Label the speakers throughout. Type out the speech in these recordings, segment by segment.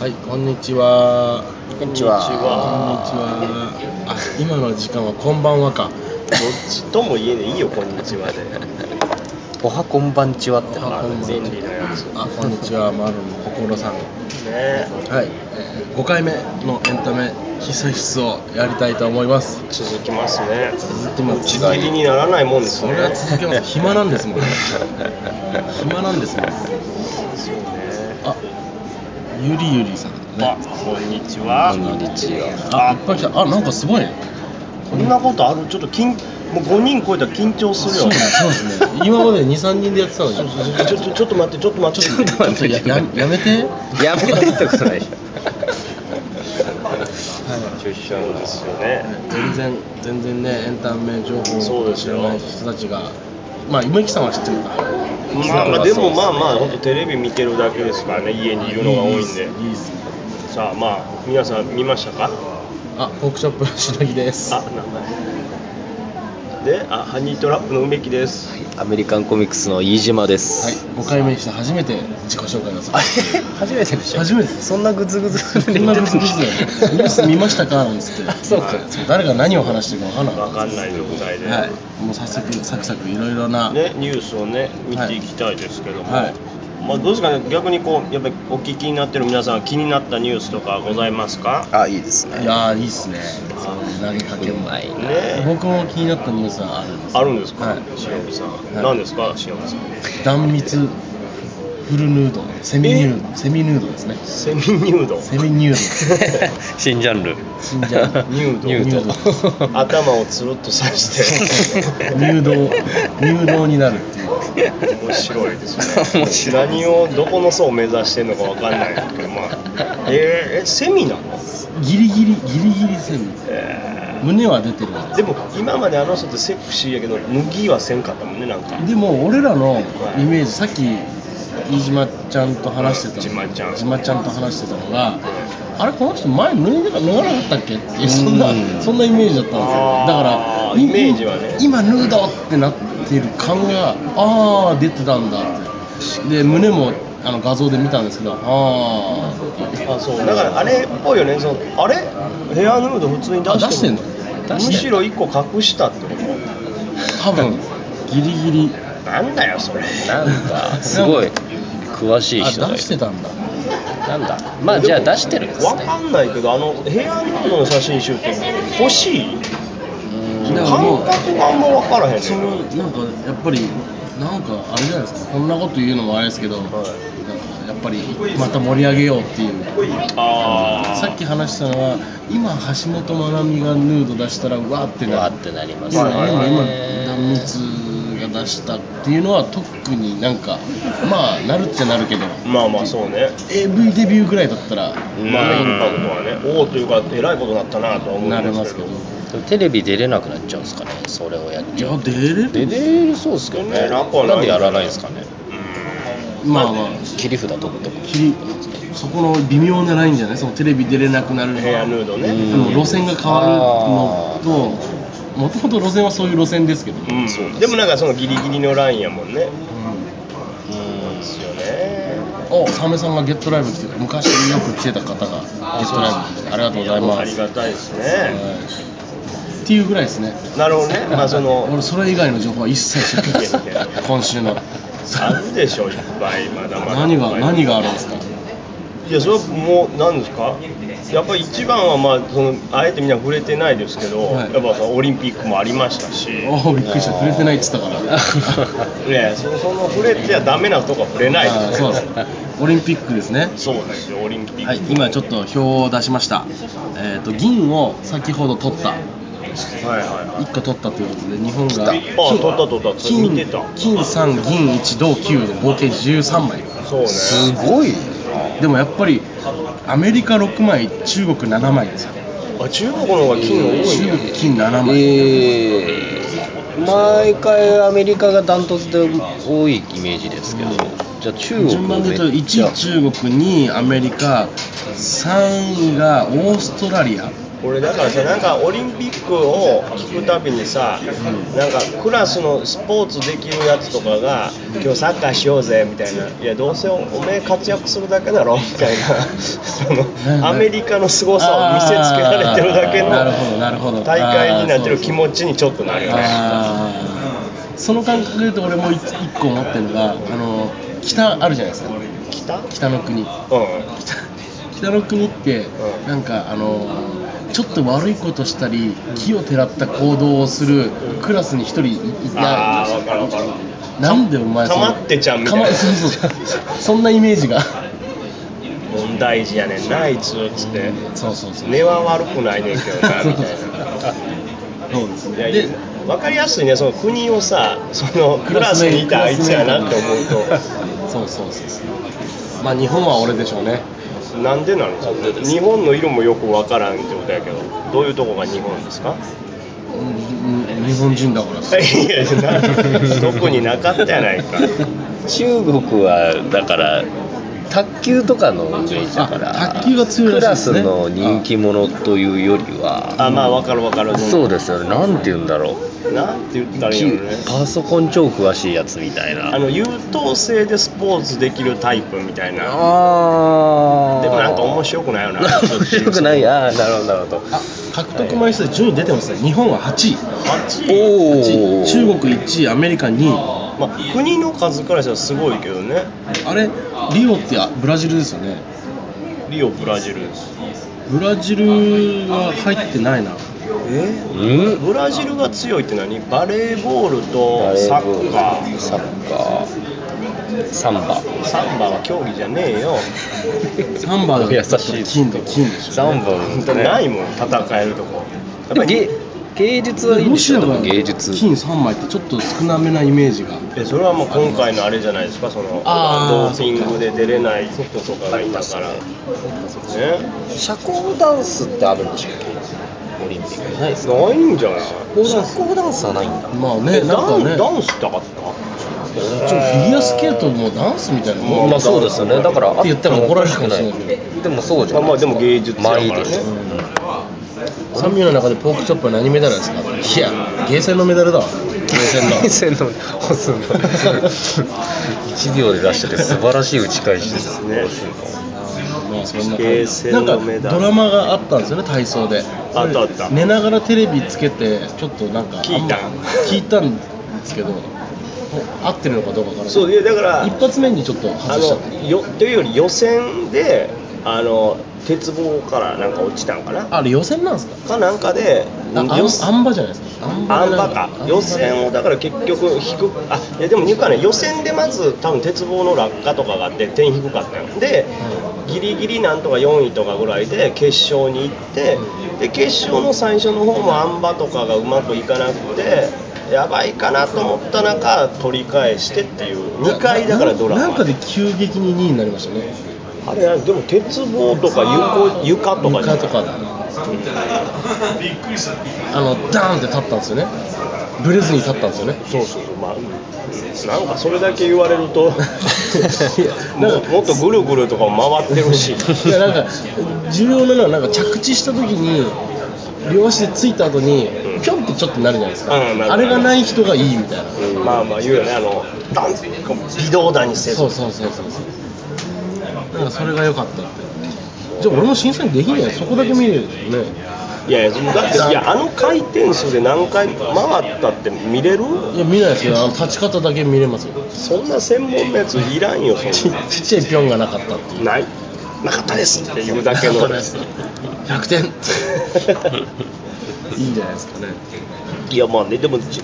Speaker 1: はい、こんにちは。
Speaker 2: こんにちは
Speaker 1: こんにちは。あ、今の時間はこんばんはか。
Speaker 2: どっちとも言えねえいいよこんにちはで
Speaker 3: おはこんばんちはってのがあ
Speaker 1: あ
Speaker 3: る
Speaker 1: こんばんは
Speaker 2: 便利なやつね
Speaker 1: あ、こんにちは、マルの心さん。は
Speaker 2: え
Speaker 1: い、えー、5回目のエンタメ久室をやりたいと思います。
Speaker 2: 続きますね
Speaker 1: 続きます。
Speaker 2: 打ち切りにならないもんです
Speaker 1: そ
Speaker 2: ね
Speaker 1: れは続けます。暇なんですもん。 暇なんですもん。
Speaker 2: そうね
Speaker 1: あ、ゆりゆりさん
Speaker 2: あ
Speaker 1: ね。
Speaker 2: こんにちは
Speaker 3: こんにちは
Speaker 1: あ、いっぱい来た。あ、なんかすごいね。
Speaker 2: こんなことあるちょっと緊もう5人超えたら緊張
Speaker 1: そ
Speaker 2: す
Speaker 1: う
Speaker 2: るよ
Speaker 1: ね
Speaker 2: ね
Speaker 1: そうですね。今まで2、3人でやってたのに。
Speaker 2: ちょちょちょっと待ってちょっと待って
Speaker 3: ちょっと
Speaker 1: ちょっと
Speaker 3: 待
Speaker 1: や
Speaker 3: って
Speaker 1: ややめて。
Speaker 3: やめてってことないでしょ
Speaker 2: 出社なんですよね
Speaker 1: 全然全然ねエンタメ情報
Speaker 2: そう
Speaker 1: を
Speaker 2: です
Speaker 1: 知
Speaker 2: よ
Speaker 1: らない人たちがまあ梅木さんは知ってるか
Speaker 2: まあまあでもまあまあ本当テレビ見てるだけですからね家にいるのが多いん
Speaker 1: い
Speaker 2: で
Speaker 1: いっすね
Speaker 2: さあまあ皆さん見ましたか
Speaker 1: あフォークショップの しのぎです
Speaker 2: あ名前であハニートラップの梅木です
Speaker 3: アメリカンコミックスの飯島で
Speaker 1: はい
Speaker 3: す
Speaker 1: 5回目にして初めて自己紹介をする
Speaker 3: 初めてでし ょ
Speaker 1: 初めてです
Speaker 3: そんなグズグズ
Speaker 1: そんな別ですよニュース見ましたかなんつって
Speaker 3: そうか
Speaker 1: そう誰が何を話してるか分からなか
Speaker 2: わ
Speaker 1: っ
Speaker 2: かんない状態で、
Speaker 1: たはいもう早速サクサクいろいろな、
Speaker 2: ね、ニュースをね見ていきたいですけども、
Speaker 1: はい
Speaker 2: まあ、どうですかね逆にこうやっぱりお聞きになってる皆さん気になったニュースとかございますか、
Speaker 3: あいいです
Speaker 1: い
Speaker 3: ね
Speaker 1: やーいいっすね
Speaker 2: あ
Speaker 1: 投げかけ
Speaker 3: う
Speaker 1: も
Speaker 3: まいな
Speaker 2: ね
Speaker 1: 僕も気になったニュースはあるんです
Speaker 2: あるんですか、
Speaker 1: はい
Speaker 2: しおみさん、
Speaker 1: はい
Speaker 2: 何ですかしおみさん
Speaker 1: 断密フルヌードセミヌードセミヌードですね
Speaker 2: セミニュード
Speaker 1: セミニュー
Speaker 3: 新ジャンル
Speaker 1: ド死んじゃう
Speaker 2: ニュード
Speaker 3: ニュ
Speaker 1: ニュ
Speaker 3: ート
Speaker 2: 頭をつるっとさして
Speaker 1: 入道入道になるっていう
Speaker 2: 面白いですね
Speaker 3: 面白い
Speaker 2: 何をどこの層を目指してるのかわかんないですけどまあえーえセミなの、
Speaker 1: ギリギリギリギリセミ
Speaker 2: え
Speaker 1: 胸は出てるわ
Speaker 2: ーでも今まであの人ってセクシーやけど脱ぎはせんかったもんねなんか
Speaker 1: でも俺らのイメージさっき飯島ちゃんと話してたの
Speaker 2: じまちゃん
Speaker 1: じまちゃんと話してたのがあれこの人前脱いでか脱がなかったっけっていうそん
Speaker 3: う
Speaker 1: なんそんなイメージだったんですよ
Speaker 2: あー
Speaker 1: だから
Speaker 2: イメージはね
Speaker 1: 今ヌードってなってる感がああ出てたんだってで胸もあの画像で見たんですけどああ
Speaker 2: あそうだからあれっぽいよねそのあれヘアヌード普通に出
Speaker 1: あ
Speaker 2: して
Speaker 1: 出してんの
Speaker 2: むしろ1個隠したってこと
Speaker 1: 多分ギリギリ
Speaker 2: なんだよそれ
Speaker 3: なんだすごい詳しい
Speaker 1: あ出
Speaker 3: 人だよ
Speaker 1: してたんだ
Speaker 3: なんだまあじゃあ出してるんです
Speaker 2: わ
Speaker 3: ね
Speaker 2: かんないけどあのヘアヌードの写真集って欲しい
Speaker 1: いや
Speaker 2: 感
Speaker 1: もう
Speaker 2: 覚があんま分からへん
Speaker 1: そ
Speaker 2: ねん
Speaker 1: のなんかやっぱりなんかあれじゃないですかこんなこと言うのもあれですけど、
Speaker 2: はい
Speaker 1: なんかやっぱりまた盛り上げようっていう
Speaker 2: あ
Speaker 1: さっき話したのは今橋本まなみがヌード出したらうわーって
Speaker 3: わ
Speaker 1: な
Speaker 3: ー
Speaker 1: る
Speaker 3: ってなります
Speaker 1: 今
Speaker 3: ね
Speaker 2: はいはい
Speaker 1: 今壇蜜が出したっていうのは特になんかまあなるってなるけど
Speaker 2: まあまあそうね
Speaker 1: AV デビューぐらいだったら
Speaker 2: まあインパクトはねおおというかえらいことになったなとは思
Speaker 1: な
Speaker 2: う
Speaker 1: り
Speaker 2: ん
Speaker 1: ま
Speaker 2: です
Speaker 1: す
Speaker 2: け
Speaker 1: け
Speaker 2: ど
Speaker 1: ど
Speaker 3: でもテレビ出れなくなっちゃうんですかねそれをやっ
Speaker 1: い
Speaker 3: て
Speaker 1: や出れ
Speaker 3: 出
Speaker 1: る
Speaker 3: れるそうですけどね
Speaker 2: ねなんかない
Speaker 3: なんでやらないんですかね
Speaker 1: まあまあ
Speaker 3: 切り札取っても
Speaker 1: きりそこの微妙なラインじゃないそのテレビ出れなくなるの
Speaker 2: ヘアヌードね
Speaker 1: あの路線が変わるのともともと路線はそういう路線ですけど、ね
Speaker 2: うん
Speaker 3: そうです
Speaker 2: でもなんかそのギリギリのラインやもんね
Speaker 3: うん
Speaker 2: ですよね
Speaker 1: おサメさんがゲットライブ来てた昔よく来てた方がゲットライブ来てありがとうござい
Speaker 2: あ
Speaker 1: ま
Speaker 2: り
Speaker 1: す
Speaker 2: がたいですね
Speaker 1: はいっていうぐらいですね
Speaker 2: なるほどねまあその
Speaker 1: 俺それ以外の情報は一切知らないです
Speaker 2: いやいやいや
Speaker 1: 今週の
Speaker 2: あるでしょいっぱいまだまだ
Speaker 1: 何が何があるんですか
Speaker 2: いやそれはもう何ですかやっぱり一番はまあそのあえてみんな触れてないですけど、
Speaker 1: はい
Speaker 2: やっぱそのオリンピックもありましたしい
Speaker 1: おおびっくりした触れてないって言ったから
Speaker 2: やそその触れてはダメなとこは触れない
Speaker 1: あー
Speaker 2: です
Speaker 1: そうですオリンピックですね
Speaker 2: そうですよオリンピック、
Speaker 1: はい、今ちょっと表を出しました、えー、と銀を先ほど取った
Speaker 2: はいはい
Speaker 1: 1個取ったということで日本が
Speaker 2: はいあ取った取ったそれ
Speaker 1: 金
Speaker 2: 見てた
Speaker 1: 金3銀1銅9で合計13枚
Speaker 2: そうね
Speaker 3: すごい
Speaker 1: でもやっぱりアメリカ6枚中国7枚ですよ
Speaker 2: あ中国の方が金多いん
Speaker 1: 中
Speaker 2: や
Speaker 1: 国金7枚、
Speaker 3: えー、毎回アメリカがダントツで多いイメージですけど、じゃあ中国
Speaker 1: 順番で言うと
Speaker 3: めっちゃ
Speaker 1: 1位中国2位アメリカ3位がオーストラリア
Speaker 2: 俺だからさなんかオリンピックを聞くたびにさ、なんかクラスのスポーツできるやつとかが今日サッカーしようぜみたいないやどうせおめえ活躍するだけだろみたいなそのアメリカの凄さを見せつけられてるだけ
Speaker 1: あーなるほどなるほ
Speaker 2: の
Speaker 1: ど
Speaker 2: 大会になってる気持ちにちょっとなるよね
Speaker 1: あーその感覚で言うと俺も一一個思ってるのがあの北あるじゃないですか
Speaker 2: 北うん
Speaker 1: 北の国北の国って
Speaker 2: うん
Speaker 1: なんかあのちょっと悪いことしたり奇をてらった行動をするクラスに一人いい
Speaker 2: あ
Speaker 1: た
Speaker 2: あ分かる分かる
Speaker 1: なんでお前
Speaker 2: か
Speaker 1: そ
Speaker 2: ま
Speaker 1: の
Speaker 2: ってちゃんみたいな
Speaker 1: かまそうそうそんなイメージが
Speaker 2: 問題児やねんなあいつっつって
Speaker 1: そうそうそう
Speaker 2: 根は悪くないねんけどなみたいな
Speaker 1: そうです
Speaker 2: いや
Speaker 1: ね
Speaker 2: いや
Speaker 1: で
Speaker 2: 分かりやすいねその国をさそのクラスにいたあいつやなって思う
Speaker 1: そうそうそうそうまあ日本は俺でしょうね
Speaker 2: となんでなの日本の色もよく分からんってことやけどどういうとこが日本ですか
Speaker 1: うんうん日本人だから
Speaker 2: いやな特になかったやないか
Speaker 3: 中国はだから卓球とかの運営だから
Speaker 1: あ卓球が強い
Speaker 3: ク
Speaker 1: ら
Speaker 3: ラ
Speaker 1: しい
Speaker 3: ス
Speaker 1: ですね
Speaker 3: の人気者というよりは
Speaker 2: あまあ分かる分かる
Speaker 3: そうですよねなんて言うんだろう
Speaker 2: なんて言ったらいいのね
Speaker 3: パソコン超詳しいやつみたいな
Speaker 2: あの優等生でスポーツできるタイプみたいな
Speaker 3: あー
Speaker 2: でもなんか面白くないよな
Speaker 3: 面 白くないああなるほどなるほど
Speaker 1: あ獲得枚数上位出てますね日本は8位
Speaker 2: 8位
Speaker 3: お
Speaker 1: 8
Speaker 3: お
Speaker 1: 位中国1位アメリカ2位
Speaker 2: まあ、国の数からしたらすごいけどね
Speaker 1: あれリオってあブラジルですよね
Speaker 2: リオブラジル
Speaker 1: ブラジルは入ってないな
Speaker 2: え
Speaker 3: うん
Speaker 2: ブラジルが強いって何バレーボールとサッカー
Speaker 3: サッカーサンバ
Speaker 2: サンバは競技じゃねえよ
Speaker 1: サンバが
Speaker 3: 優しい
Speaker 1: だったら金で金でしょ
Speaker 3: サンバ
Speaker 2: 本当ないもん戦えるとこやっぱり
Speaker 3: 芸芸術はいいん
Speaker 1: ロ
Speaker 3: でし
Speaker 1: シア
Speaker 3: ょで
Speaker 1: が
Speaker 3: も芸術
Speaker 1: 金3枚ってちょっと少なめなイメージが
Speaker 2: えそれはもう今回のあれじゃないですかそのド
Speaker 1: あ
Speaker 2: ー
Speaker 1: ー
Speaker 2: ピングで出れない人とかがいたからね
Speaker 3: 社交ダンスってあるんでしょオリンピックないですか
Speaker 2: ないんじゃない
Speaker 3: 社交ダンスはないんだ
Speaker 1: まあね
Speaker 2: え
Speaker 1: なん
Speaker 2: ダ
Speaker 1: か
Speaker 2: ン
Speaker 1: ね
Speaker 2: ダンスってあ
Speaker 1: ちょっと
Speaker 2: っ
Speaker 1: フィギュアスケート もダンスみたいなもん
Speaker 3: まあそうですよねだからあ
Speaker 1: って言ったら怒られるかもしれないけ
Speaker 3: でもそうじ
Speaker 2: た
Speaker 3: ゃ
Speaker 2: あ
Speaker 3: ん
Speaker 2: まあでも芸術やからね
Speaker 3: 舞でしょ
Speaker 1: 三秒の中でポークチョップは何メダルですかいやゲーセンのメダルだわゲーセンだ
Speaker 3: 線の干すの1秒で出してて素晴らしい打ち返しです
Speaker 2: ね
Speaker 1: まあそんな
Speaker 2: ゲー
Speaker 1: 感じ
Speaker 2: セン
Speaker 1: なん
Speaker 2: の
Speaker 1: か
Speaker 2: メダル
Speaker 1: ドラマがあったんですよね体操で
Speaker 2: あったあった
Speaker 1: 寝ながらテレビつけてちょっとなんか
Speaker 2: 聞いた
Speaker 1: あんま聞いたんですけどお合ってるのかどうかわからない
Speaker 2: そういやだから
Speaker 1: 一発目にちょっと
Speaker 2: あ
Speaker 1: 外しちゃった
Speaker 2: のよというより予選であの鉄棒からなんか落ちたんかな
Speaker 1: あれ予選なんですか
Speaker 2: かなんかで
Speaker 1: ああん
Speaker 2: 予選
Speaker 1: あん馬じゃないですかあん
Speaker 2: あん
Speaker 1: じゃ
Speaker 2: 馬
Speaker 1: ない
Speaker 2: か
Speaker 1: あん馬
Speaker 2: 予選をだから結局低くあいやでも言うかね予選でまず多分鉄棒の落下とかがあって点低かったんでギリギリなんとか4位とかぐらいで決勝に行ってで決勝の最初の方もあん馬とかがうまくいかなくてやばいかなと思った中取り返してっていう2回だからドラマ
Speaker 1: ななんかで急激に2位になりましたね
Speaker 2: あれでも鉄棒とかゆこ床とかじ
Speaker 1: 床
Speaker 2: ゃな
Speaker 1: と
Speaker 2: い
Speaker 1: かであのダーンって立ったんですよねブレずに立ったんです よね
Speaker 2: そうそうそうまあなんかそれだけ言われる ともうもっとぐるぐるとかも回ってるし
Speaker 1: いやなんか重要なのはなんか着地した時に両足でついた後にピョンってちょっとなるじゃないですか、
Speaker 2: うんなる
Speaker 1: あれがない人がいいみたいな、
Speaker 2: まあまあ言うよねあのダンこう微動だにせ
Speaker 1: そ
Speaker 2: ず
Speaker 1: うそうそうそうそうなんかそれが良かったってじゃあ俺も審査員できないそこだけ見れるよね
Speaker 2: いやいやだっていやあの回転数で何回回ったって見れる
Speaker 1: いや見ないですけどあの立ち方だけ見れますよ
Speaker 2: そんな専門のやついらんよそ
Speaker 1: ち
Speaker 2: んな
Speaker 1: ちっちゃいピョンがなかった っていう
Speaker 2: ないなかったですっていうだけ の
Speaker 1: 100点いいんじゃないですかね
Speaker 2: いやまあねでもち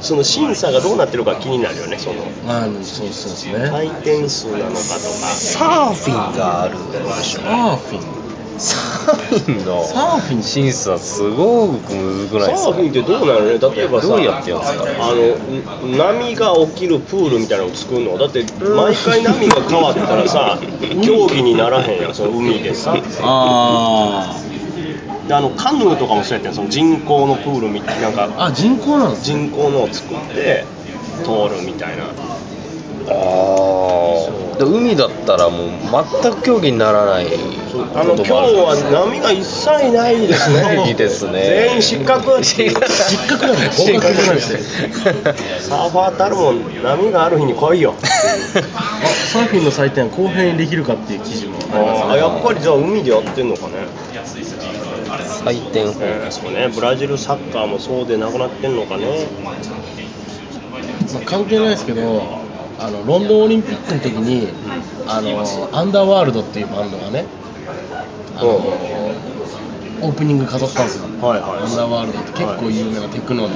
Speaker 2: その審査がどうなってるか気になるよねその
Speaker 1: あのそうそうですね、
Speaker 2: 回転数なのかとか
Speaker 3: サーフィンがあるでし
Speaker 1: サー
Speaker 3: ょ
Speaker 1: フィン
Speaker 3: サーフィンの
Speaker 1: サーフィン
Speaker 3: 審査すごくむずくないです
Speaker 2: サー
Speaker 3: か
Speaker 2: フィンってどうなのね例えばさ
Speaker 3: どうやってやつか
Speaker 2: あのん波が起きるプールみたいなのを作るのだって毎回波が変わったら さ競技にならへんやんその海でさ
Speaker 1: あ
Speaker 2: であのカヌーとかもそうやってんその人工のプールみたいななんか
Speaker 1: ああ人工なんですね
Speaker 2: 人工のを作って通るみたいな
Speaker 3: あで海だったらもう全く競技にならない
Speaker 2: あの今日は波が一切ないですね。
Speaker 3: いいですね
Speaker 2: 全員失格。失格
Speaker 1: だね失格だね
Speaker 2: サーファーたるも波がある日に来いよ。
Speaker 1: あサーフィンの採点は後編にできるかっていう記事もあります
Speaker 2: あやっぱりじゃあ海でやってんのかね。
Speaker 3: 採点法
Speaker 2: そうね。ブラジルサッカーもそうでなくなってんのかね。
Speaker 1: まあ関係ないですけどあのロンドンオリンピックの時に、あのアンダーワールドっていうバンドがねあの、
Speaker 2: うん
Speaker 1: オープニング飾ったんですよ、
Speaker 2: はいはい
Speaker 1: アンダーワールドって結構有名なテクノの、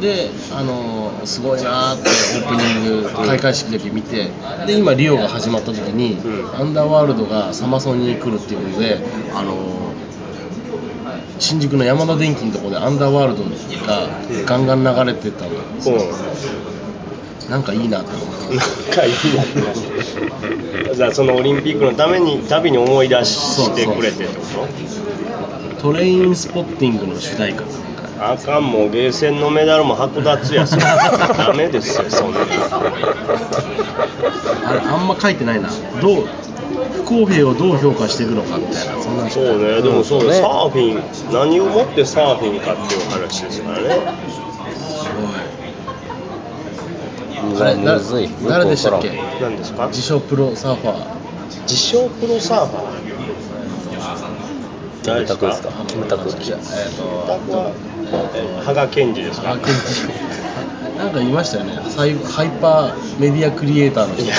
Speaker 1: であのすごいなーってオープニング開会式の時見てで今リオが始まった時に、
Speaker 2: うん
Speaker 1: アンダーワールドがサマソニに来るっていうのであの新宿の山田電機のところでアンダーワールドがガンガン流れてたの
Speaker 2: うん。
Speaker 1: なんかいいなと思って
Speaker 2: 仲いいな。じゃあそのオリンピックのために旅に思い出してくれてってこ
Speaker 1: ト
Speaker 2: と。
Speaker 1: レインスポッティングの主題歌
Speaker 2: あかんもうゲーセンのメダルも剥奪やしダメですよそんな
Speaker 1: あれあんま書いてないなどう不公平をどう評価していくのかみたいなそんな
Speaker 2: そうねでもそうねサーフィン何をもってサーフィンかっていう話ですからね
Speaker 1: す
Speaker 3: む
Speaker 1: ごいあれな
Speaker 3: むずい
Speaker 1: 誰でしたっけ
Speaker 2: 何ですか
Speaker 1: 自称プロサーファー
Speaker 2: 自称プロサーファー誰
Speaker 3: ム
Speaker 2: です
Speaker 3: タク
Speaker 2: か
Speaker 3: ですかムタク
Speaker 1: じゃあえっ、
Speaker 2: オ
Speaker 1: と
Speaker 2: タクはえ羽賀健二ですか
Speaker 1: あくんなんかいましたよねサイハイパーメディアクリエイターの人ハ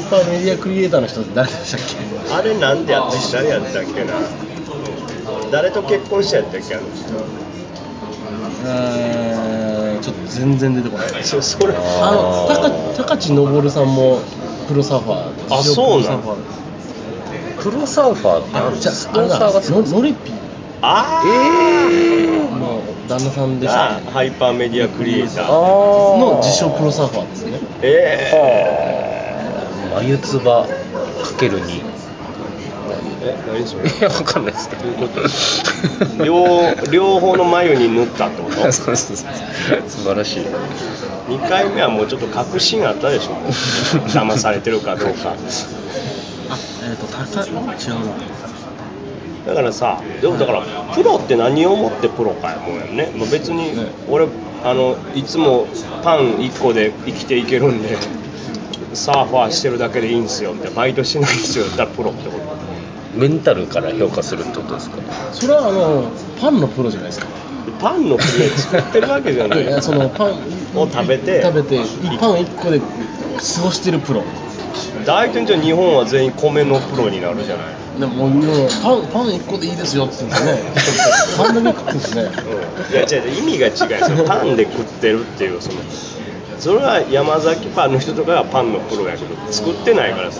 Speaker 1: イパーメディアクリエイターの人って誰でしたっけ
Speaker 2: あれなんでやったっけ誰やったっけな誰と結婚したやったっけあの人
Speaker 1: えーちょっと全然出てこない
Speaker 2: そそれ
Speaker 3: あ
Speaker 1: あの高高知昇さんもプロサーファー
Speaker 2: あそうなの
Speaker 1: プロサーファー
Speaker 3: プロサーファーってなん
Speaker 1: じゃ
Speaker 3: ス
Speaker 1: あ、あ
Speaker 3: ポ
Speaker 1: れ
Speaker 3: ンサ
Speaker 1: だ、
Speaker 3: ーがつく
Speaker 1: ノノリピ
Speaker 2: あ
Speaker 3: えー
Speaker 1: の旦那さんでした
Speaker 2: あ
Speaker 1: っけ
Speaker 2: ハイパーメディアクリエイター
Speaker 3: あー
Speaker 1: の自称プロサーファーですね。
Speaker 2: え
Speaker 3: 眉唾かける2い
Speaker 2: ー、え何それ
Speaker 3: やわかんないですけど
Speaker 2: 両両方の眉に塗ったってこと
Speaker 3: そうそうそう素晴らしい
Speaker 2: 2回目はもうちょっと確信あったでしょ騙されてるかどうか
Speaker 1: あ、えっ、と、高違うな。
Speaker 2: だからさでもだからプロって何をもってプロかやもんやんね、まあ、別に
Speaker 1: ね
Speaker 2: 俺あのいつもパン1個で生きていけるんでサーファーしてるだけでいいんですよみたいなバイトしてないんですよだったらプロってこと
Speaker 3: メンタルから評価するってことですか
Speaker 1: それはあのパンのプロじゃないですか。
Speaker 2: パンのプレー作ってるわけじゃないい
Speaker 1: やそのパン
Speaker 2: を食べて
Speaker 1: 食べてパン一個で過ごしてるプロ。
Speaker 2: 大体じゃあ日本は全員米のプロになるじゃない
Speaker 1: でももうパンパン一個でいいですよって言うんですね。 パンだけ食ってんですね。
Speaker 2: いや違う違う意味が違うそのパンで食ってるっていうそのそれは山崎パンの人とかはパンのプロやけど作ってないからさ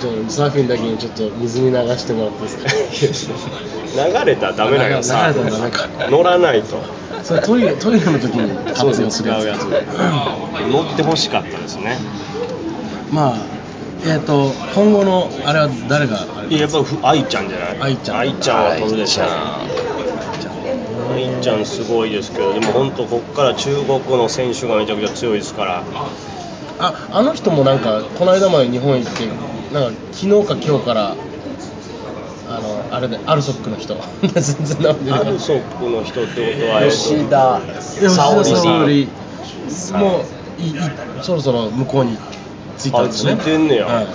Speaker 1: ちょっとサーフィンだけにちょっと水に流してもらっていいですか。
Speaker 2: 流れたらダメなんよさ
Speaker 1: 流れたらダメか
Speaker 2: 乗らないと
Speaker 1: それトイレトイレの時に活用するやつ。
Speaker 2: 違うやつ乗ってほしかったですね
Speaker 1: まあえっ、と今後のあれは誰があれ
Speaker 2: いややっぱふ愛ちゃんじゃない
Speaker 1: 愛ちゃん
Speaker 2: 愛ちゃんは取るでしょ
Speaker 1: じゃん
Speaker 2: 愛ちゃんすごいですけどでも本当ここから中国の選手がめちゃくちゃ強いですから
Speaker 1: ああの人もなんかこの間まで日本行ってなんか昨日か今日からあのあれでアルソックの人 全然名前出てこ
Speaker 2: ア
Speaker 1: な
Speaker 2: ル
Speaker 1: い
Speaker 2: ソックの人ってことは
Speaker 3: 吉田
Speaker 2: 沙織さん
Speaker 1: 沙織もういいそろそろ向こうに着いたんですね
Speaker 2: あ着いてんねや
Speaker 1: はい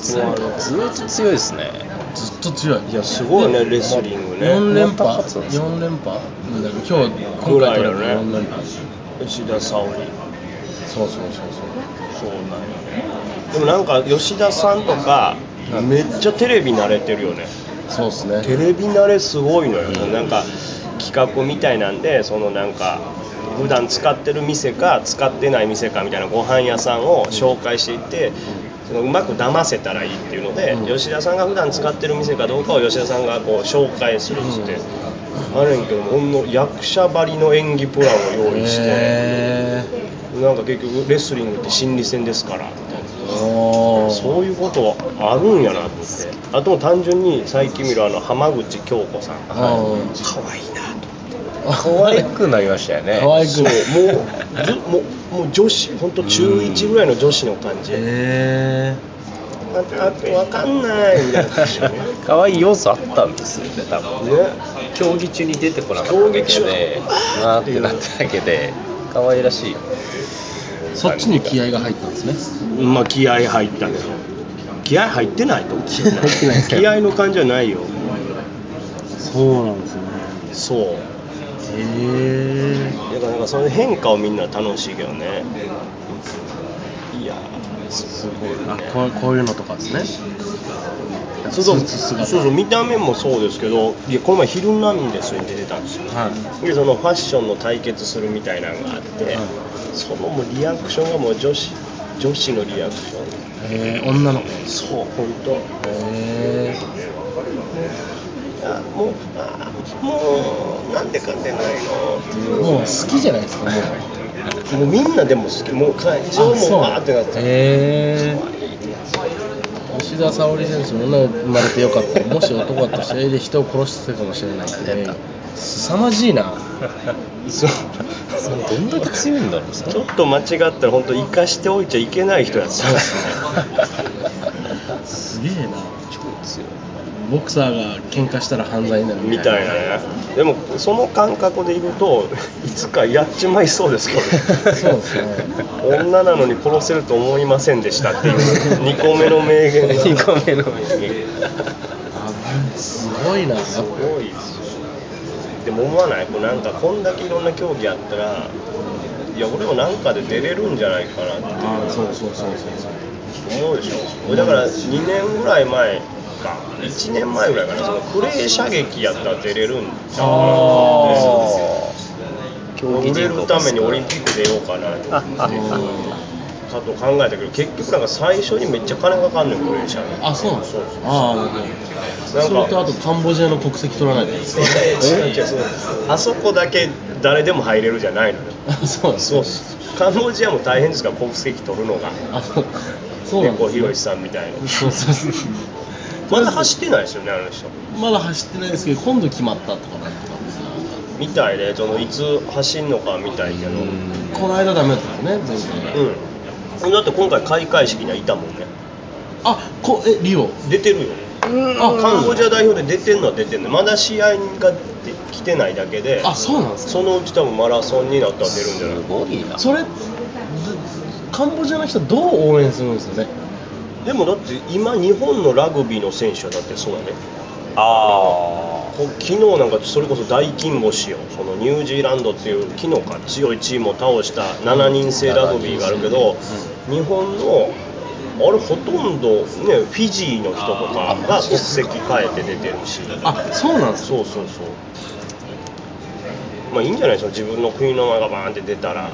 Speaker 3: ずっと強いですね
Speaker 1: ずっと強い
Speaker 2: いやすごいねレスリングね
Speaker 1: 4連覇
Speaker 3: また勝つんです
Speaker 1: 4連覇うんだから今日今
Speaker 2: ぐら
Speaker 1: 回
Speaker 2: い
Speaker 1: 取
Speaker 2: よ
Speaker 1: れ
Speaker 2: ね
Speaker 1: ば4連覇
Speaker 2: 吉田沙保里
Speaker 1: そうそうそうそう
Speaker 2: そうなんやでもなんか吉田さんとかめっちゃテレビ慣れてるよね
Speaker 1: そうっすね
Speaker 2: テレビ慣れすごいのよなんか企画みたいなんでそのなんか普段使ってる店か使ってない店かみたいなご飯屋さんを紹介していってそのうまく騙せたらいいっていうので、
Speaker 1: うん
Speaker 2: 吉田さんが普段使ってる店かどうかを吉田さんがこう紹介するっつって、あるんやけどほんの役者ばりの演技プランを用意して、
Speaker 1: へ
Speaker 2: なんか結局レスリングって心理戦ですから
Speaker 1: ーおー
Speaker 2: そういうことあるんやなと思ってあとも単純に最近見るあの浜口京子さん
Speaker 1: あー
Speaker 2: 可愛いなと思って
Speaker 3: 可愛くなりましたよね
Speaker 1: 可愛く
Speaker 2: そうもうずもうもう女子本当中1ぐらいの女子の感じ、
Speaker 1: へえ
Speaker 2: ああ分かんないみたいな感じよね
Speaker 3: 可愛い要素あったんですよね多分
Speaker 2: ね
Speaker 3: 競技中に出てこなかっただけ
Speaker 2: 競技
Speaker 3: でわーってなっただけで可愛らしい
Speaker 1: そっちに気合が入ったんですね
Speaker 2: まあ気合入ったけど気合入ってないと思う
Speaker 1: 合入ってないですか
Speaker 2: 気合の感じはないよ
Speaker 1: そうなんですね
Speaker 2: そう
Speaker 1: へえ
Speaker 2: だからなんかその変化をみんな楽しいけどねいや
Speaker 1: すごいあこうこういうのとかですね
Speaker 2: そうそう
Speaker 1: スーツ姿
Speaker 2: そうそう見た目もそうですけどいやこの前「ヒルナンデス」に出てたんですよ
Speaker 1: は
Speaker 2: でそのファッションの対決するみたいなのがあって、
Speaker 1: はい
Speaker 2: そのもうリアクションがもう女子女子のリアクション
Speaker 1: いへえ女の子へ
Speaker 2: そう本当
Speaker 1: え
Speaker 2: あもうあもうなんでかんでないのっていう
Speaker 1: もう好きじゃないですかもう
Speaker 2: もうみんなでも好きもう会場
Speaker 1: あそ
Speaker 2: も
Speaker 1: う
Speaker 2: わーってなって
Speaker 1: へえ吉田沙保里選手も女生まれてよかったもし男だったらそれで人を殺してたかもしれないって凄まじいな
Speaker 2: そう
Speaker 3: それどんだけ強いんだろうそ
Speaker 2: ちょっと間違ったら本当生かしておいちゃいけない人やったんです
Speaker 1: すげえなボクサーが喧嘩したら犯罪になる
Speaker 2: みたいなねでもその感覚でいるといつかやっちまいそうですけどね
Speaker 1: そうですね
Speaker 2: 女なのに殺せると思いませんでしたっていう2個目の名言が
Speaker 3: 2個目の名
Speaker 1: あすごいなやっ
Speaker 2: すごいですよでも思わないこうなんかこんだけいろんな競技あったらいや俺もなんかで出れるんじゃないかなって
Speaker 1: ぱそうそうそうそう
Speaker 2: 思うでしょ俺だから2年ぐらい前か1年前ぐらいかなそのクレー射撃やったら出れるんじゃん
Speaker 3: 競技
Speaker 2: 売れ
Speaker 3: 人
Speaker 2: る
Speaker 3: 口
Speaker 2: た
Speaker 3: が
Speaker 2: め
Speaker 3: 少
Speaker 2: にオ
Speaker 3: な
Speaker 2: リン
Speaker 3: い
Speaker 2: ピック出ようかなとか
Speaker 3: ああ
Speaker 2: と考えたけど結局なんか最初にめっちゃ金かかんのよクレー射撃
Speaker 1: あそうなんですかああそ
Speaker 2: なんか
Speaker 1: れとあとカンボジアの国籍取らないといけない
Speaker 2: 違う違うそうあそこだけ誰でも入れるじゃないのよ
Speaker 1: あそうなんです
Speaker 2: そうカンボジアも大変ですから国籍取るのが
Speaker 1: あそうそうなん
Speaker 2: 猫
Speaker 1: で
Speaker 2: ひ
Speaker 1: す
Speaker 2: ろ
Speaker 1: ね
Speaker 2: しさんみたいな
Speaker 1: そうそうそう
Speaker 2: まだ走ってないですよねあの人
Speaker 1: まだ走ってないですけど今度決まったとかなんとかですね
Speaker 2: みたいでそのいつ走んのかみたいけどうん、
Speaker 1: この間ダメだったからね前回、
Speaker 2: だって今回開会式にはいたもんね
Speaker 1: あこえリオ
Speaker 2: 出てるよ
Speaker 1: あ
Speaker 2: カンボジア代表で出てんのは出てんのまだ試合がで来てないだけで
Speaker 1: あそうなんですか
Speaker 2: そのうち多分マラソンになったら出るんじゃない
Speaker 3: すごいな
Speaker 1: それずカンボジアの人どう応援するんですよね
Speaker 2: でもだって今日本のラグビーの選手はだってそうだね
Speaker 3: あ
Speaker 2: こ昨日なんかそれこそ大金星をそのニュージーランドっていう昨日か強いチームを倒した7人制ラグビーがあるけど、日本のあれほとんど、ね、フィジーの人とかが国籍変えて出てるし
Speaker 1: あそうなんですか
Speaker 2: そうそうそうまあいいんじゃないですか自分の国の名前がバーンって出たら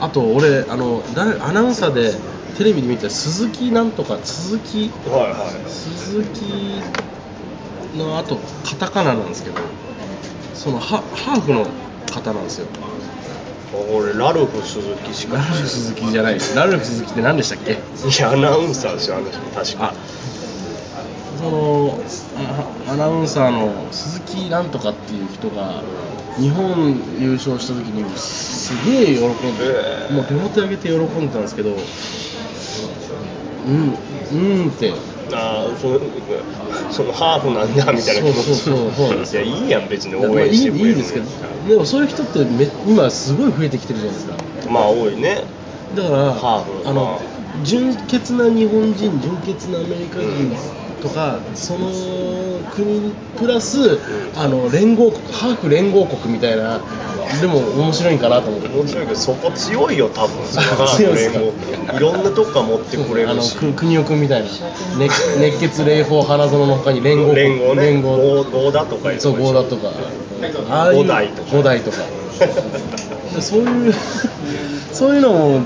Speaker 1: あと俺あの誰アナウンサーでテレビで見てた鈴木なんとか鈴木
Speaker 2: はいはい
Speaker 1: 鈴木のあとカタカナなんですけどそのハハーフの方なんですよ
Speaker 2: 俺ラルフ鈴木しか
Speaker 1: ラルフ鈴木じゃないですラルフ鈴木って何でしたっけ
Speaker 2: いやアナウンサーですよあの人確か
Speaker 1: あそのあアナウンサーの鈴木なんとかっていう人が日本優勝した時にすげえ喜んで、
Speaker 2: ええ
Speaker 1: もう手元上げて喜んでたんですけどうんうんって
Speaker 2: あーそのそのハーフなんだみたいな気持ち
Speaker 1: そうそうそうそうなんですよ
Speaker 2: いやいいやん別に
Speaker 1: いや
Speaker 2: 応
Speaker 1: まあい
Speaker 2: 援
Speaker 1: い
Speaker 2: してくれる
Speaker 1: いいですけどでもそういう人ってめ今すごい増えてきてるじゃないですか
Speaker 2: まあ多いね
Speaker 1: だから
Speaker 2: ハーフ
Speaker 1: あ
Speaker 2: ま
Speaker 1: の純潔な日本人純潔なアメリカ人とか、その国プラスあの連合国ハーフ連合国みたいなでも面白いんかなと思って
Speaker 2: 面白いけどそこ強いよ多分そのハー
Speaker 1: 強い
Speaker 2: フ
Speaker 1: っすか
Speaker 2: 連合いろんなとこから持ってこれ
Speaker 1: あ
Speaker 2: る
Speaker 1: の
Speaker 2: し
Speaker 1: く国尾君みたいな、ね、熱血霊峰花園の他に連合国
Speaker 2: 連合ね
Speaker 1: 連合
Speaker 2: 合合だとかいう
Speaker 1: そうゴーダとかああいう
Speaker 2: 五代とか
Speaker 1: 五代とかでそういう そういうのも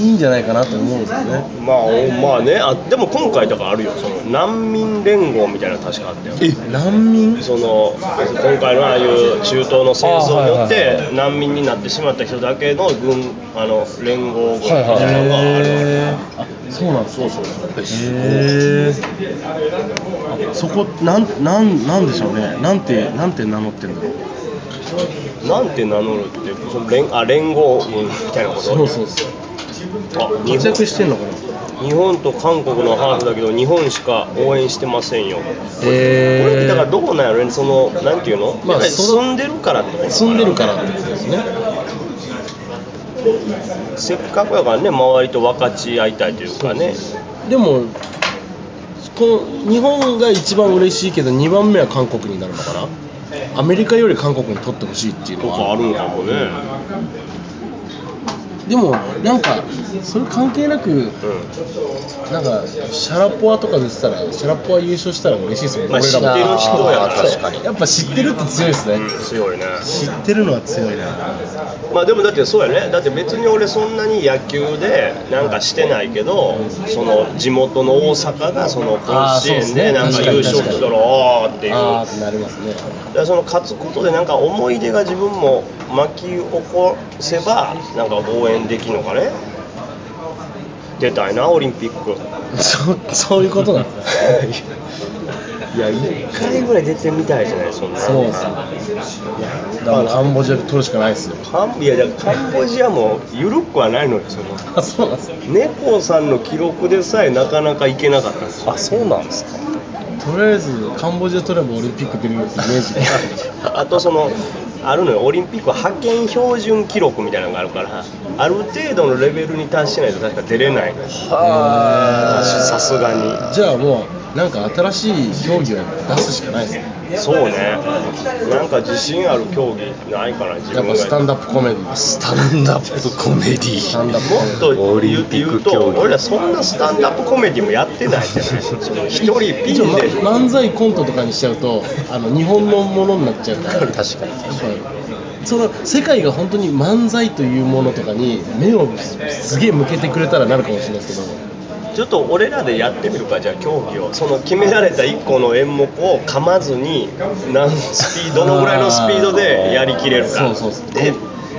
Speaker 1: いいんじゃないかなと思うんですよね
Speaker 2: まあおまあねあでも今回だからあるよその難民連合みたいなの確かあったよ
Speaker 1: 難民
Speaker 2: その今回のああいう中東の戦争に
Speaker 1: あ
Speaker 2: よっ
Speaker 1: はいはい
Speaker 2: て難民になってしまった人だけの軍あの連合軍みたいなのがあるわけ
Speaker 1: へーあそうなんそうそうへえそこなんなんなんでしょうねなんてなんて名乗ってんだろう
Speaker 2: なんて名乗るってその連あ連合軍みたいなこと
Speaker 1: そうそうそう
Speaker 2: あ日
Speaker 1: 活
Speaker 2: 本
Speaker 1: 躍してんのかな
Speaker 2: 日本と韓国のハーフだけど日本しか応援してませんよこれってだからどこなんやろねそのなんていうの、
Speaker 1: まあ
Speaker 2: やっぱり
Speaker 1: そ
Speaker 2: 住んでるからってことかな
Speaker 1: 住んでるからってことですね
Speaker 2: せっかくやからね周りと分かち合いたいというかね
Speaker 1: でもこの日本が一番嬉しいけど2番目は韓国になるのかなアメリカより韓国に取ってほしいっていう
Speaker 2: と
Speaker 1: の
Speaker 2: かあ
Speaker 1: は
Speaker 2: るんかもね、
Speaker 1: でもなんかそれ関係なく
Speaker 2: う
Speaker 1: なんかシャラポワとか出てたらシャラポワ優勝したら嬉しいですもん、
Speaker 2: まあ
Speaker 1: 俺らも
Speaker 2: 知ってる人やから
Speaker 1: そうやっぱ知ってるって強いですね、
Speaker 2: ん、うん、強いね
Speaker 1: 知ってるのは強いな
Speaker 2: まあでもだってそうやねだって別に俺そんなに野球でなんかしてないけどその地元の大阪がその甲子
Speaker 1: あーそうです
Speaker 2: 園で
Speaker 1: ね
Speaker 2: なんか
Speaker 1: 確か
Speaker 2: 優
Speaker 1: に確
Speaker 2: 勝
Speaker 1: かに
Speaker 2: したらああっていう
Speaker 1: ああってなりますね
Speaker 2: だからその勝つことでなんか思い出が自分も巻き起こせばなんか応援できるのかね出たいなオリンピック
Speaker 1: そそういうことなんですね
Speaker 2: いや1回ぐらい出てみたいじゃないそんな
Speaker 1: そうですねいやだからカンボジアで取るしかないですよ
Speaker 2: カンいやだからカンボジアも緩くはないのよその
Speaker 1: あそうなんですよ
Speaker 2: 猫さんの記録でさえなかなかいけなかったんですあそうなんですか
Speaker 1: とりあえずカンボジア取ればオリンピック出るよってイメージが
Speaker 2: あとそのあるのよオリンピックは派遣標準記録みたいなのがあるからある程度のレベルに達しないと確か出れないの
Speaker 1: は
Speaker 2: さすがに
Speaker 1: じゃあもうなんか新しい競技を出すしかないですね
Speaker 2: そうねなんか自信ある競技ないから自
Speaker 1: やっぱ
Speaker 2: 分が
Speaker 1: スタンダップコメディです
Speaker 3: スタンダップコメディ
Speaker 1: スタンダップコメディ
Speaker 2: と言う
Speaker 3: オリンピック競
Speaker 2: 言うと俺
Speaker 3: 技
Speaker 2: らそんなスタンダップコメディもやってないじゃないその一人ピ
Speaker 1: 一応
Speaker 2: ン
Speaker 1: ま
Speaker 2: で
Speaker 1: 漫才コントとかにしちゃうとあの日本のものになっちゃうから
Speaker 3: 確かに
Speaker 1: はいその世界が本当に漫才というものとかに目をすげえ向けてくれたらなるかもしれないですけど
Speaker 2: ちょっと俺らでやってみるかじゃあ競技をその決められた1個の演目を噛まずに何スピードどのぐらいのスピードでやりきれるか
Speaker 1: あーそうそうそう
Speaker 2: で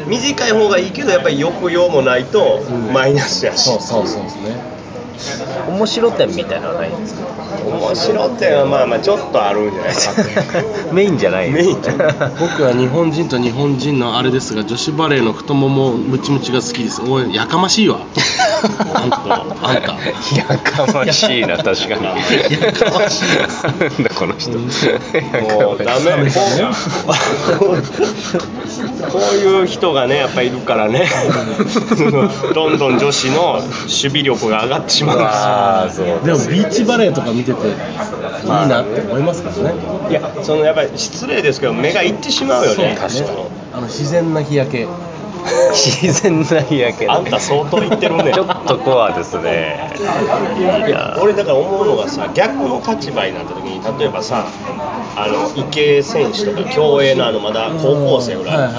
Speaker 2: 短い方がいいけどやっぱり抑揚もないと
Speaker 1: ん
Speaker 2: マイナスやし、
Speaker 1: そうそうそうですね
Speaker 3: 面白点みたいなのはないんですか
Speaker 2: 面白点はまあまあちょっとあるんじゃないかな
Speaker 3: メインじゃない
Speaker 2: メインじゃない
Speaker 1: 僕は日本人と日本人のあれですが女子バレーの太ももムチムチが好きです応援やかましいわあんたあんた
Speaker 3: やかましいな確かに
Speaker 1: やかましい
Speaker 3: なんだこの人
Speaker 2: もうダメこうこういう人がねやっぱいるから ねどんどん女子の守備力が上がってしまうんですよ
Speaker 3: ああそう
Speaker 1: でもビーチバレーとか見てていいなって思いますからね
Speaker 2: いやそのやっぱり失礼ですけど目がいってしまうよね
Speaker 1: そうだねあの自然な日焼け
Speaker 3: 自然な日焼けね
Speaker 2: あんた相当言ってるね
Speaker 3: ちょっとコアですね
Speaker 2: いや俺だから思うのがさ逆の立場になった時に例えばさあの池江選手とか競泳のあのまだ高校生ぐらい、
Speaker 1: はいはい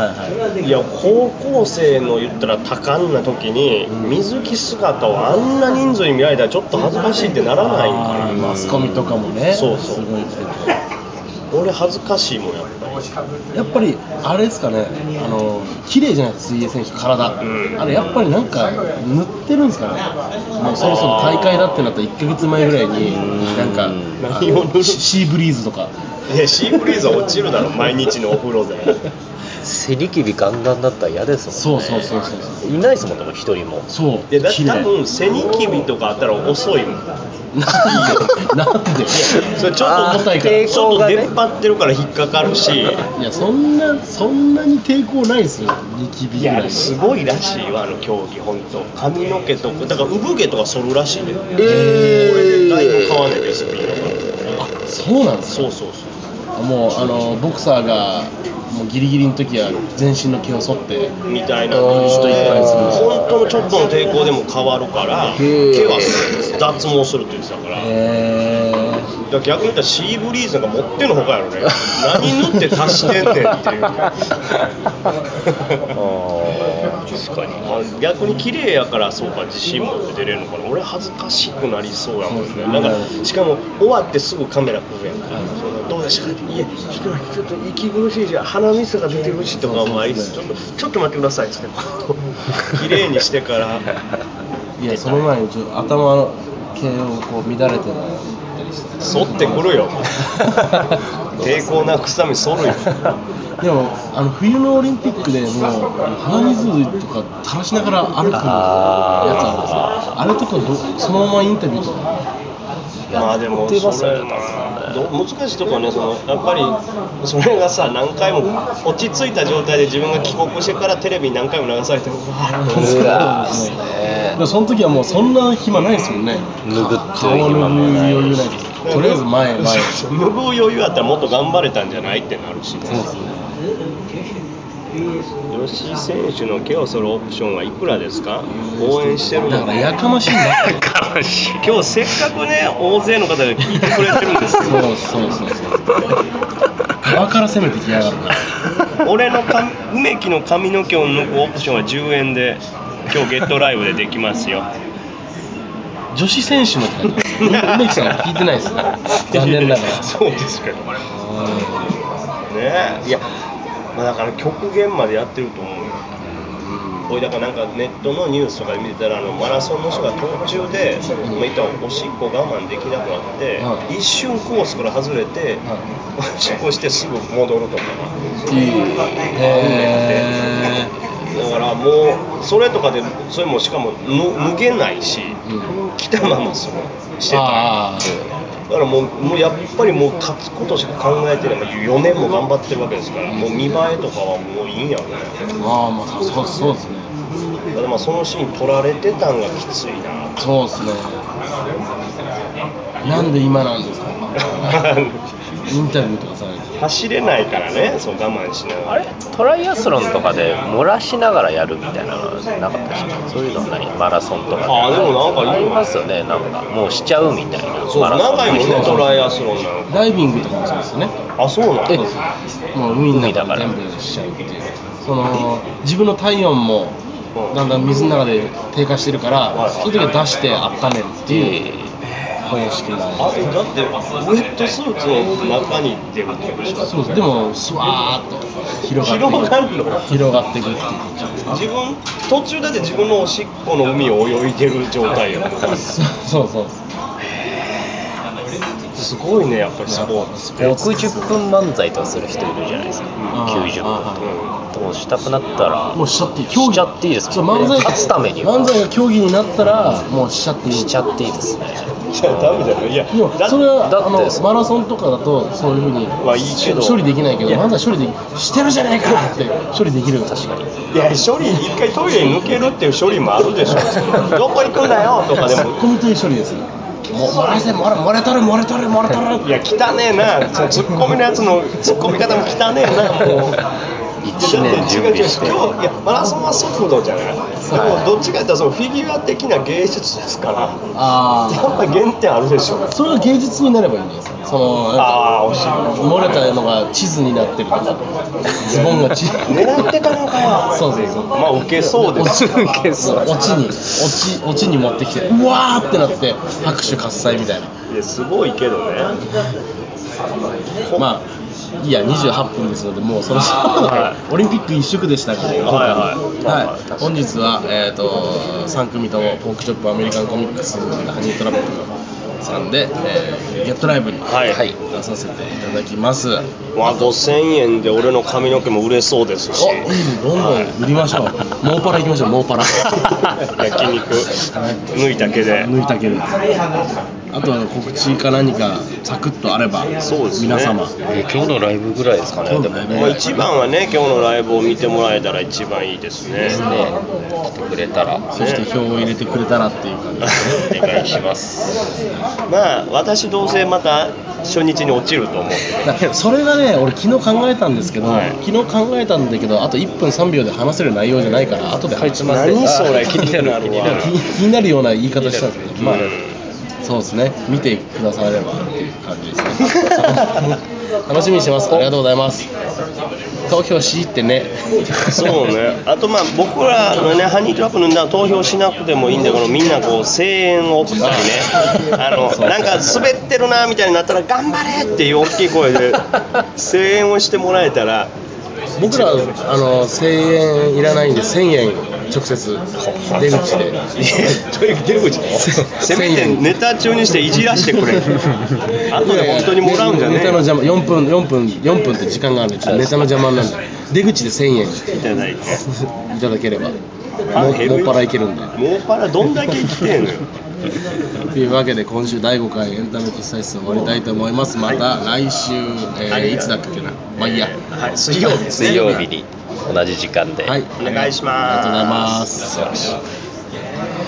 Speaker 1: はい
Speaker 2: いや高校生の言ったら多感な時に水着姿をあんな人数に見られたらちょっと恥ずかしいってならないんか
Speaker 1: あー
Speaker 2: な
Speaker 1: マスコミとかもね
Speaker 2: そうそう
Speaker 1: すごい来てて
Speaker 2: 俺恥ずかしいもんやっぱり
Speaker 1: やっぱりあれですかね、あの綺麗じゃないですか、水泳選手、体、
Speaker 2: うん
Speaker 1: あれやっぱりなんか塗ってるんですかね、もうそろそろ大会だってなった1か月前ぐらいに、なんか、
Speaker 2: 何を塗る
Speaker 1: シシーブリーズとか、
Speaker 2: いやシーブリーズは落ちる だろ毎日のお風呂で
Speaker 3: セリキビガンガンだったら嫌ですもんね
Speaker 1: そうそうそうそう、
Speaker 3: いないですもんね一人も
Speaker 1: そう、
Speaker 2: いやだって
Speaker 1: 綺
Speaker 2: 多
Speaker 1: 麗
Speaker 2: 分背ニキビとかあったら遅いもん
Speaker 1: なんで、なんで、
Speaker 2: それちょっと重たいから、
Speaker 3: あー
Speaker 2: ちょっと出
Speaker 3: 抵
Speaker 2: っ張ってるから引っかかるし、
Speaker 1: いや、そんな、そんなに抵抗ないですよ、ニキビ
Speaker 2: い
Speaker 1: ぐら
Speaker 2: や、
Speaker 1: い。
Speaker 2: すごいらしいわ、あの競技、本当、髪の毛とか、だから産毛とか剃るらしいね、これでだいぶ変わんないですよ、みんな
Speaker 1: そうなんですよ
Speaker 2: そうそうそう、
Speaker 1: もうあのボクサーがもうギリギリの時は全身の毛を剃って
Speaker 2: みたいな
Speaker 1: あ
Speaker 2: 感
Speaker 1: ー
Speaker 2: じで、
Speaker 1: あー
Speaker 2: 本当のちょっとの抵抗でも変わるから、
Speaker 1: ー
Speaker 2: 毛は脱毛するって言ってた から。
Speaker 1: えー、
Speaker 2: だから逆に言ったらシーブリーズなんか持ってのほかやろね何塗って足してんねんっていう確かに逆に綺麗やからそうか自信持って出れるのかな俺恥ずかしくなりそうやもん
Speaker 1: そうで
Speaker 2: ね
Speaker 1: すね
Speaker 2: なんかしかも終わってすぐカメラ来るやんか、どうでしたかいやちょっとちょっと息苦しいし鼻水が出てるしとかお前ちょっとちょっと待ってくださいっつってこう綺麗にしてから
Speaker 1: いやその前にちょっと頭の毛をこう乱れてたり
Speaker 2: 剃ってくるよ 抵抗なく臭み剃るよ
Speaker 1: でもあの冬のオリンピックでもう鼻水とか垂らしながら歩くやつあるんですよあれとかどそのままインタビューとか
Speaker 2: まあでもそれなど難しいとこはねそのやっぱりそれがさ何回も落ち着いた状態で自分が帰国してからテレビに何回も流されて もわーっ
Speaker 3: う
Speaker 2: と
Speaker 3: わーです
Speaker 1: だ
Speaker 3: ね
Speaker 1: からその時はもうそんな暇ないですもんね
Speaker 3: 拭ってる
Speaker 1: 顔の
Speaker 3: 暇もない
Speaker 1: 余裕ないですとりあえず前前
Speaker 2: 無謀余裕あったらもっと頑張れたんじゃないってなるし、ね、
Speaker 3: そうですね
Speaker 2: 吉井選手の毛を剃るオプションはいくらですか応援してる
Speaker 1: だ
Speaker 2: の
Speaker 1: からやかましいんだって
Speaker 2: 悲しい今日せっかくね大勢の方が聞いてくれてるんですよ
Speaker 1: そうそうそうそう側から攻めてきやがるな
Speaker 2: 俺の髪梅木の髪の毛を抜くオプションは10円で今日ゲットライブでできますよ
Speaker 1: 女子選手の梅木さんは聞いてないですね残念ながら
Speaker 2: そうですけどねえいや、まあ、だから極限までやってると思うよこれだからなんかネットのニュースとかで見てたらあのマラソンの人が途中で、まあ、言ったらおしっこ我慢できなくなって、
Speaker 1: は
Speaker 2: 一瞬コースから外れて、おしっこしてすぐ戻るとか
Speaker 1: へ
Speaker 2: だからもうそれとかでそれもしかもぬ脱げないし
Speaker 1: ーうん
Speaker 2: 来たままそのしてた
Speaker 1: あ
Speaker 2: だからもうもうやっぱりもう勝つことしか考えてない4年も頑張ってるわけですからもう見栄えとかはもういいんやろね
Speaker 1: ーまあまあそうそうですね
Speaker 2: だからまあそのシーン撮られてたんがきつい な
Speaker 1: そうですねなんで今なんですかインタビューとかされて
Speaker 2: 走れないからねそう我慢しなが
Speaker 3: あ
Speaker 2: ら
Speaker 3: れトライアスロンとかで漏らしながらやるみたいなのはなかったでしょそういうのないマラソンとかで
Speaker 2: あーでもなんかいいよ
Speaker 3: ありますよねなんかもうしちゃうみたいな
Speaker 2: そう
Speaker 3: マラソン
Speaker 2: 長いもんねトライアスロンなの
Speaker 1: ダイビングとかもそうですよね
Speaker 2: あそうなの
Speaker 1: そうですもう海の
Speaker 3: 海だ
Speaker 1: 中
Speaker 3: か
Speaker 1: で
Speaker 3: ら
Speaker 1: 全部しちゃうっていうその 自分の体温もだんだん水の中で低下してるからそういう時は出して温めるっていう方式なんで
Speaker 2: あれだってウェットスーツの中に出るってことでしょ
Speaker 1: そうですでもスワーッと広がってい
Speaker 2: 広がるの
Speaker 1: く広がっていくっていう
Speaker 2: 自分途中だって自分のおしっこの海を泳いでる状態やもん
Speaker 1: そうそうそう
Speaker 2: すごいねやっぱりスポーツ
Speaker 1: スポーツ
Speaker 3: 60分漫才とかする人いるじゃないですか
Speaker 1: あー
Speaker 3: 90
Speaker 1: あ
Speaker 3: 分ともうしたくなったら
Speaker 1: もうしちゃっていい
Speaker 3: しちゃっていいです
Speaker 1: そう漫才
Speaker 3: 勝つためには
Speaker 1: 漫才が競技になったらもうしちゃっていい
Speaker 3: しちゃっていいですね
Speaker 2: じゃあダメだよいや
Speaker 1: でも
Speaker 2: だ
Speaker 1: それは
Speaker 3: だって
Speaker 1: あのマラソンとかだとそういうふうに
Speaker 2: はいいけど
Speaker 1: 処理できないけど
Speaker 2: いや
Speaker 1: 漫才処理できしてるじゃないかって処理できる確かに
Speaker 2: いや処理一回トイレに抜けるっていう処理もあるでしょどこ行くんだよとかで
Speaker 1: ツッ
Speaker 2: も
Speaker 1: コミという処理ですねも漏らせ漏れ漏れとる漏れとる漏れとる
Speaker 2: いや汚ねえなそのツッコミのやつのツッコミ方も汚ねえなもう
Speaker 3: 1年準
Speaker 2: いやだって違う違う
Speaker 3: 備して
Speaker 2: 今日いやマラソンは速度じゃない、でもどっちかっていうとそのフィギュア的な芸術ですから
Speaker 1: あ
Speaker 2: やっぱ原点あるでしょ
Speaker 1: あそれが芸術になればいいんじゃないですかそのなんか
Speaker 2: ああ惜しい
Speaker 1: 漏れたのが地図になってるとかズボンが地図
Speaker 2: 狙ってたのかよ
Speaker 1: そうそうそう
Speaker 2: まあ受けそうで
Speaker 1: 落
Speaker 2: す
Speaker 1: ち落ちに落ち落ちに持ってきてうわーってなって拍手喝采みたいない
Speaker 2: やすごいけどね
Speaker 1: まあいいや28分ですのでもうそろそろ、オリンピック一色でしたから、はい
Speaker 2: はい
Speaker 1: 本日は、えー、と3組ともポークチョップアメリカンコミックスハニートラップさんで、えーゲットライブに、
Speaker 2: はい
Speaker 1: 出させていただきますおいい
Speaker 2: まあ5000円で俺の髪の毛も売れそうですし
Speaker 1: どんどん売りましょう モーパラ行きましょうモーパ ラ
Speaker 2: 焼肉抜いた毛で
Speaker 1: 抜いたけれどあとは告知か何かサクッとあれば
Speaker 2: そうですね
Speaker 1: 皆様
Speaker 3: えー今日のライブぐらいですかね
Speaker 1: 今
Speaker 3: で
Speaker 1: 日の
Speaker 3: も
Speaker 1: ライブ
Speaker 3: ね
Speaker 2: まあ、一番はね今日のライブを見てもらえたら一番いいですね
Speaker 3: 来てくれたらお
Speaker 1: そして票を入れてくれたらっていう感じ
Speaker 3: 願いします
Speaker 2: まあ私どうせまた初日に落ちると思う
Speaker 1: だからそれがね俺昨日考えたんですけど、
Speaker 2: はい
Speaker 1: 昨日考えたんだけどあと1分3秒で話せる内容じゃないから後で話します
Speaker 2: 何それ
Speaker 3: あー
Speaker 2: 気になるわ
Speaker 3: 気になる
Speaker 1: 気に気になるような言い方したんですけどまあ
Speaker 2: うん
Speaker 1: そうですね見てくだされればっていう感じですね楽しみにしてますありがとうございます投票しいってね
Speaker 2: そうねあとまあ僕らのねハニートラップのな投票しなくてもいいんだけどみんなこう声援を送ったり ねあのなんか滑っ てるなみたいになったら頑張れっていう大きい声で声援をしてもらえたら
Speaker 1: 僕らあの1000円いらないんで1000円直接出口で
Speaker 2: とにかく出口せめてネタ中にしていじらして くれあとで本当にもらうんじゃね
Speaker 1: ネタ
Speaker 2: え
Speaker 1: の
Speaker 2: よ
Speaker 1: 邪魔4分4分4分って時間があるんでちょっとネタの邪魔になるんで出口で1000円
Speaker 2: いただいて
Speaker 1: いただければも
Speaker 2: あ
Speaker 1: う
Speaker 2: 減
Speaker 1: も
Speaker 2: る
Speaker 1: っぱらいけるんで
Speaker 2: もうパラどんだけ生きてんのよ
Speaker 1: というわけで今週第5回エンタメ喫茶室を終わりたいと思いますまた来週、えーいつだっけなまあいいや
Speaker 2: はい水曜日ですね
Speaker 3: 水曜日に同じ時間で、
Speaker 1: はい
Speaker 2: お願いします
Speaker 1: ありがとうございます